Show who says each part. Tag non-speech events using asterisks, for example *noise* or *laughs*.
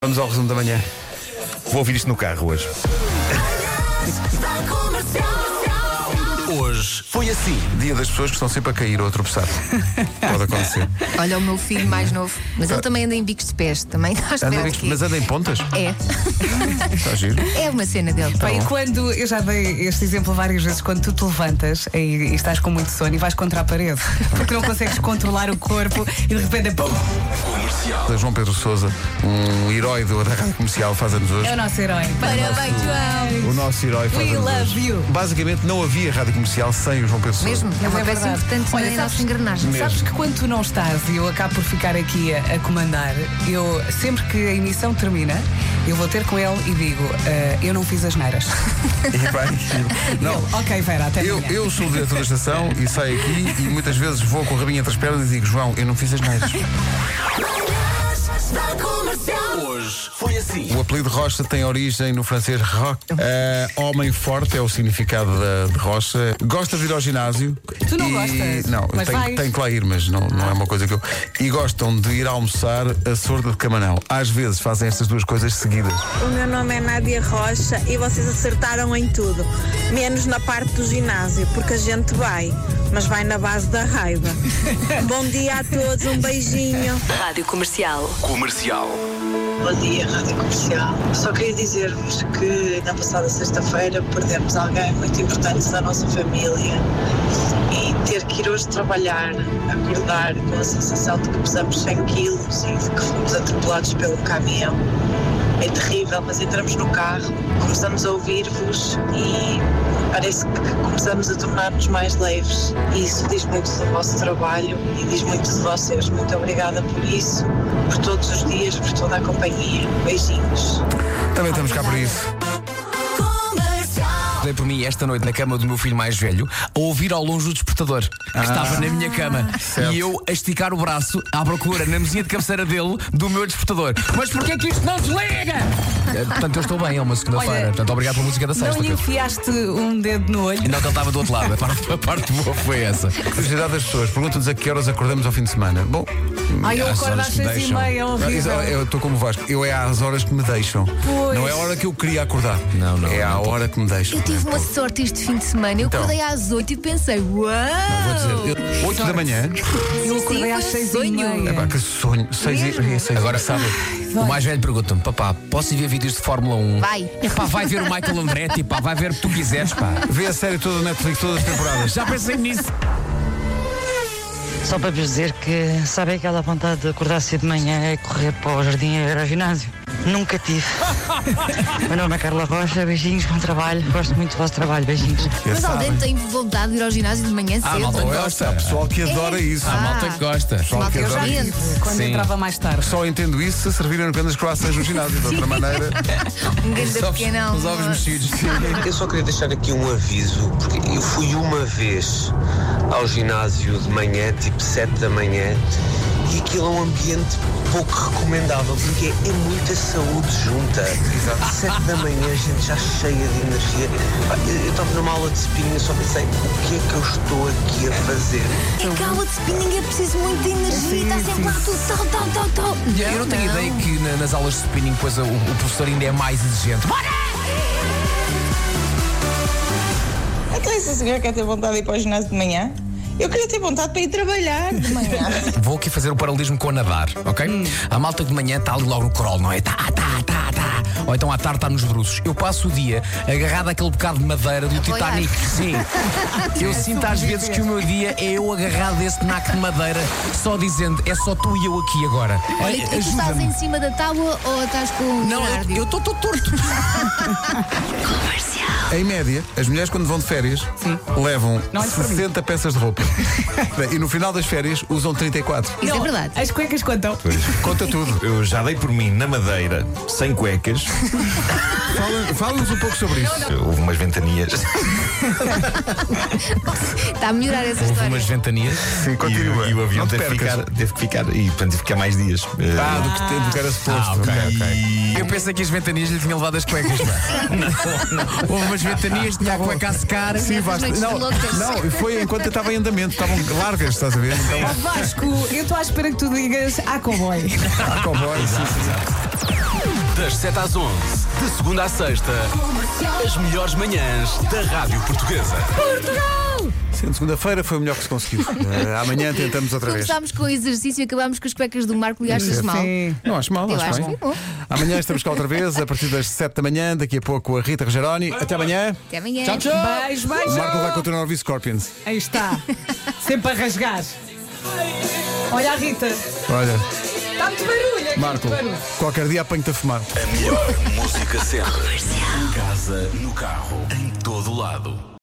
Speaker 1: Vamos ao resumo da manhã.
Speaker 2: Vou ouvir isto no carro hoje.
Speaker 1: Hoje foi assim. Dia das pessoas que estão sempre a cair ou a tropeçar. Pode
Speaker 3: *laughs*
Speaker 1: acontecer.
Speaker 4: Olha o meu filho mais novo, mas ele também anda em bicos de pés, também está
Speaker 1: Anda
Speaker 4: à espera
Speaker 1: em-
Speaker 4: de
Speaker 1: mas
Speaker 4: quê?
Speaker 1: anda em
Speaker 3: *laughs*
Speaker 1: pontas?
Speaker 4: É,
Speaker 1: Está giro.
Speaker 4: é uma cena dele.
Speaker 3: Bem, quando eu já dei este exemplo várias vezes, quando tu te levantas e, e estás com muito sono e vais contra a parede, porque não consegues controlar o corpo e de repente é pum!
Speaker 1: João Pedro Souza, um herói do Arraio Comercial, faz anos hoje.
Speaker 3: É o nosso herói.
Speaker 4: Parabéns, João!
Speaker 1: O nosso herói faz
Speaker 3: We
Speaker 1: anos hoje.
Speaker 3: love you!
Speaker 1: Basicamente, não havia Rádio Comercial sem o João Pedro Souza.
Speaker 4: Mesmo, é
Speaker 3: Mas
Speaker 4: uma
Speaker 3: é
Speaker 4: peça
Speaker 3: verdade.
Speaker 4: importante
Speaker 3: Olha,
Speaker 4: na
Speaker 3: sabes-
Speaker 4: nossa engrenagem.
Speaker 1: Mesmo.
Speaker 3: Sabes que quando tu não estás e eu acabo por ficar aqui a, a comandar, eu sempre que a emissão termina, eu vou ter com ele e digo, "Ah, eu não fiz as neiras.
Speaker 1: *laughs* E
Speaker 3: *laughs*
Speaker 1: bem, *laughs* não.
Speaker 3: ok, Vera, até
Speaker 1: Eu,
Speaker 3: amanhã.
Speaker 1: eu sou o diretor da estação e saio aqui e muitas vezes vou com o rabinho entre as pernas e digo, João, eu não fiz as neiras.
Speaker 2: assim.
Speaker 1: O apelido Rocha tem origem no francês rock. Eh, homem forte é o significado da, de Rocha. Gosta de ir ao ginásio.
Speaker 3: Tu não
Speaker 1: e-
Speaker 3: gostas,
Speaker 1: Não, eu
Speaker 3: mas
Speaker 1: tenho,
Speaker 3: vais.
Speaker 1: tenho que lá ir, mas não, não é uma coisa que eu. E gostam de ir almoçar a sorda de camanão. Às vezes fazem estas duas coisas seguidas.
Speaker 5: O meu nome é Nádia Rocha e vocês acertaram em tudo, menos na parte do ginásio, porque a gente vai, mas vai na base da raiva. Bom dia a todos, um beijinho.
Speaker 6: Rádio Comercial.
Speaker 7: Bom dia, Rádio Comercial. Só queria dizer-vos que na passada sexta-feira perdemos alguém muito importante da nossa família e ter que ir hoje trabalhar, acordar com a sensação de que pesamos 100 quilos e de que fomos atropelados pelo caminhão. É terrível, mas entramos no carro, começamos a ouvir-vos e parece que começamos a tornar-nos mais leves. E isso diz muito do vosso trabalho e diz muito de vocês. Muito obrigada por isso, por todos os dias, por toda a companhia. Beijinhos.
Speaker 1: Também estamos cá por isso.
Speaker 8: Dei por mim esta noite na cama do meu filho mais velho a ouvir ao longe o despertador que
Speaker 1: Ah.
Speaker 8: estava na minha cama e eu a esticar o braço à procura na mesinha de cabeceira dele do meu despertador. Mas porquê que isto não desliga? Eh, Portanto, eu estou bem, é uma segunda-feira.
Speaker 3: Olha,
Speaker 8: Portanto, obrigado pela música da sexta.
Speaker 1: é
Speaker 3: Não lhe
Speaker 8: Pedro.
Speaker 3: enfiaste um dedo no olho?
Speaker 8: Ainda que ele estava do outro lado. A parte, a parte boa foi
Speaker 3: *laughs*
Speaker 8: essa.
Speaker 1: Curiosidade das pessoas. Perguntam-nos a que horas acordamos ao fim de semana. Bom,
Speaker 3: Ai, eu
Speaker 8: Às
Speaker 3: acordo
Speaker 8: horas
Speaker 3: às
Speaker 8: que me
Speaker 3: seis e
Speaker 8: deixam.
Speaker 3: meia, é
Speaker 1: não,
Speaker 3: horrível.
Speaker 1: Ah, isso- eu estou como Vasco. Eu é às horas que me deixam.
Speaker 3: Pois.
Speaker 1: Não é a hora que eu queria acordar.
Speaker 8: Não, não,
Speaker 1: É à
Speaker 8: não tô-
Speaker 1: hora que me deixam. é?
Speaker 4: Eu tive uma sorte este fim de semana. Eu
Speaker 1: Então.
Speaker 4: acordei às 8 e pensei, uau!
Speaker 1: Vou dizer, 8 da manhã.
Speaker 3: Eu
Speaker 4: Sim,
Speaker 3: acordei
Speaker 4: foi
Speaker 3: às
Speaker 4: um
Speaker 3: seis e
Speaker 4: sonho.
Speaker 3: meia.
Speaker 1: É pá, que sonho. Seis e, é, seis
Speaker 8: Agora sabe, o mais velho pergunta-me: papá, posso ir ver vídeos de Fórmula 1?
Speaker 4: Vai.
Speaker 8: Epá, vai ver o Michael Andretti, pá, vai ver o que tu quiseres, pá.
Speaker 1: Vê a série toda na Netflix, todas as temporadas.
Speaker 8: Já pensei nisso.
Speaker 9: Só para vos dizer que sabem aquela vontade de acordar cedo de manhã e correr para o jardim e ir ao ginásio? Nunca tive. Meu nome é Carla Rocha, beijinhos, bom trabalho, gosto muito do vosso trabalho, beijinhos.
Speaker 4: Mas alguém tem vontade de ir ao ginásio de manhã
Speaker 8: Ah, malta
Speaker 4: cedo?
Speaker 1: Ou
Speaker 8: que
Speaker 1: é,
Speaker 8: gosta.
Speaker 1: há pessoal que adora
Speaker 4: É.
Speaker 1: isso.
Speaker 8: Há
Speaker 4: Ah.
Speaker 8: malta que gosta.
Speaker 1: Pessoal que
Speaker 4: eu
Speaker 1: adora
Speaker 4: já
Speaker 1: isso.
Speaker 4: ia.
Speaker 3: Quando
Speaker 8: Sim.
Speaker 3: entrava mais tarde.
Speaker 1: Só entendo isso se servirem apenas croissants no ginásio. De outra maneira,
Speaker 4: Um grande pequenão.
Speaker 8: Os ovos mexidos.
Speaker 10: Eu só queria deixar aqui um aviso, porque eu fui uma vez ao ginásio de manhã, tipo 7 da manhã, e aquilo é um ambiente pouco recomendável, porque é muita saúde junta. 7 da manhã, gente já cheia de energia. Pá, eu- Eu estava numa aula de spinning e só pensei, o que é que eu estou aqui a fazer?
Speaker 4: É que a aula de spinning é preciso muito de energia. Está sempre lá tudo tal, tal, tal, tal.
Speaker 8: Eu não tenho ideia que na- nas aulas de spinning pois, o, o professor ainda é mais exigente. Bora!
Speaker 11: Então esse senhor quer ter vontade de ir para o ginásio de manhã? Eu queria ter vontade para ir trabalhar de manhã.
Speaker 8: *laughs*
Speaker 11: Hum.
Speaker 8: Vou aqui fazer o paralelismo com o nadar, ok? A malta de manhã está ali logo no crawl, não é? Tá, tá, tá, tá. Ou então à tarde está nos bruços. Eu passo o dia agarrado àquele bocado de madeira do
Speaker 4: Apoiar.
Speaker 8: Titanic. Sim. Eu sinto às vezes que o meu dia é eu agarrado a esse naco de madeira, só dizendo, é só tu e eu aqui agora.
Speaker 4: Olha, e tu estás em cima da tábua ou estás com o
Speaker 8: Não, eu- eu estou torto.
Speaker 1: em média, as mulheres quando vão de férias levam
Speaker 3: Não olhes para mim.
Speaker 1: 60 peças de
Speaker 11: *laughs*
Speaker 1: roupa. e no final das férias usam 34.
Speaker 4: Isso é
Speaker 3: Não,
Speaker 4: verdade.
Speaker 3: As cuecas contam.
Speaker 1: Conta tudo.
Speaker 2: Eu já dei por mim na Madeira, sem cuecas.
Speaker 1: Fala- Fala-nos um pouco sobre isso.
Speaker 2: Houve umas ventanias.
Speaker 4: Está a melhorar essa
Speaker 8: Houve
Speaker 4: história.
Speaker 8: umas ventanias.
Speaker 1: Sim, continua.
Speaker 2: E, o- e o
Speaker 1: Não
Speaker 2: avião
Speaker 1: te
Speaker 2: teve que,
Speaker 1: percas.
Speaker 2: ficar, teve que ficar. E portanto tive que ficar mais dias. Eh,
Speaker 1: Ah, do que, do que era suposto.
Speaker 8: Ah, ok,
Speaker 1: Ok, ok.
Speaker 8: Eu pensei que as ventanias lhe tinham levado as cuecas,
Speaker 1: *laughs*
Speaker 8: pá. não, não. Houve umas ventanias, tinha a cueca a secar.
Speaker 1: Sim,
Speaker 4: Nessas
Speaker 1: Vasco.
Speaker 4: noites
Speaker 1: Não,
Speaker 4: loucas.
Speaker 1: não, e foi enquanto eu estava em andamento. Estavam largas, estás a ver? Então,
Speaker 3: Ó Vasco, eu estou à espera que tu digas ah, cowboy.
Speaker 1: há cowboys. sim, sim.
Speaker 2: das 7 às 11, de segunda à sexta, as melhores manhãs da Rádio Portuguesa.
Speaker 1: Sendo segunda-feira foi o melhor que se conseguiu. Eh, amanhã tentamos outra vez.
Speaker 4: Começámos com o exercício e acabámos com as cuecas do Marco e achas mal.
Speaker 3: Sim.
Speaker 1: Não acho mal,
Speaker 4: Eu
Speaker 1: acho,
Speaker 4: acho
Speaker 1: bem.
Speaker 4: que foi bom.
Speaker 1: Amanhã estamos cá outra vez, a partir das 7 da manhã. Daqui a pouco a Rita Rogeroni. Até amanhã.
Speaker 4: Até amanhã.
Speaker 1: Tchau, tchau.
Speaker 3: Beijo,
Speaker 1: O
Speaker 3: beijo.
Speaker 1: Marco vai continuar a ouvir Scorpions.
Speaker 3: Aí está. Sempre a rasgar. Olha a Rita.
Speaker 1: Olha,
Speaker 3: Está muito barulho aqui.
Speaker 1: Marco,
Speaker 3: muito barulho.
Speaker 1: qualquer dia apanho-te a fumar.
Speaker 2: A melhor música sempre. Em casa, no carro, em todo lado.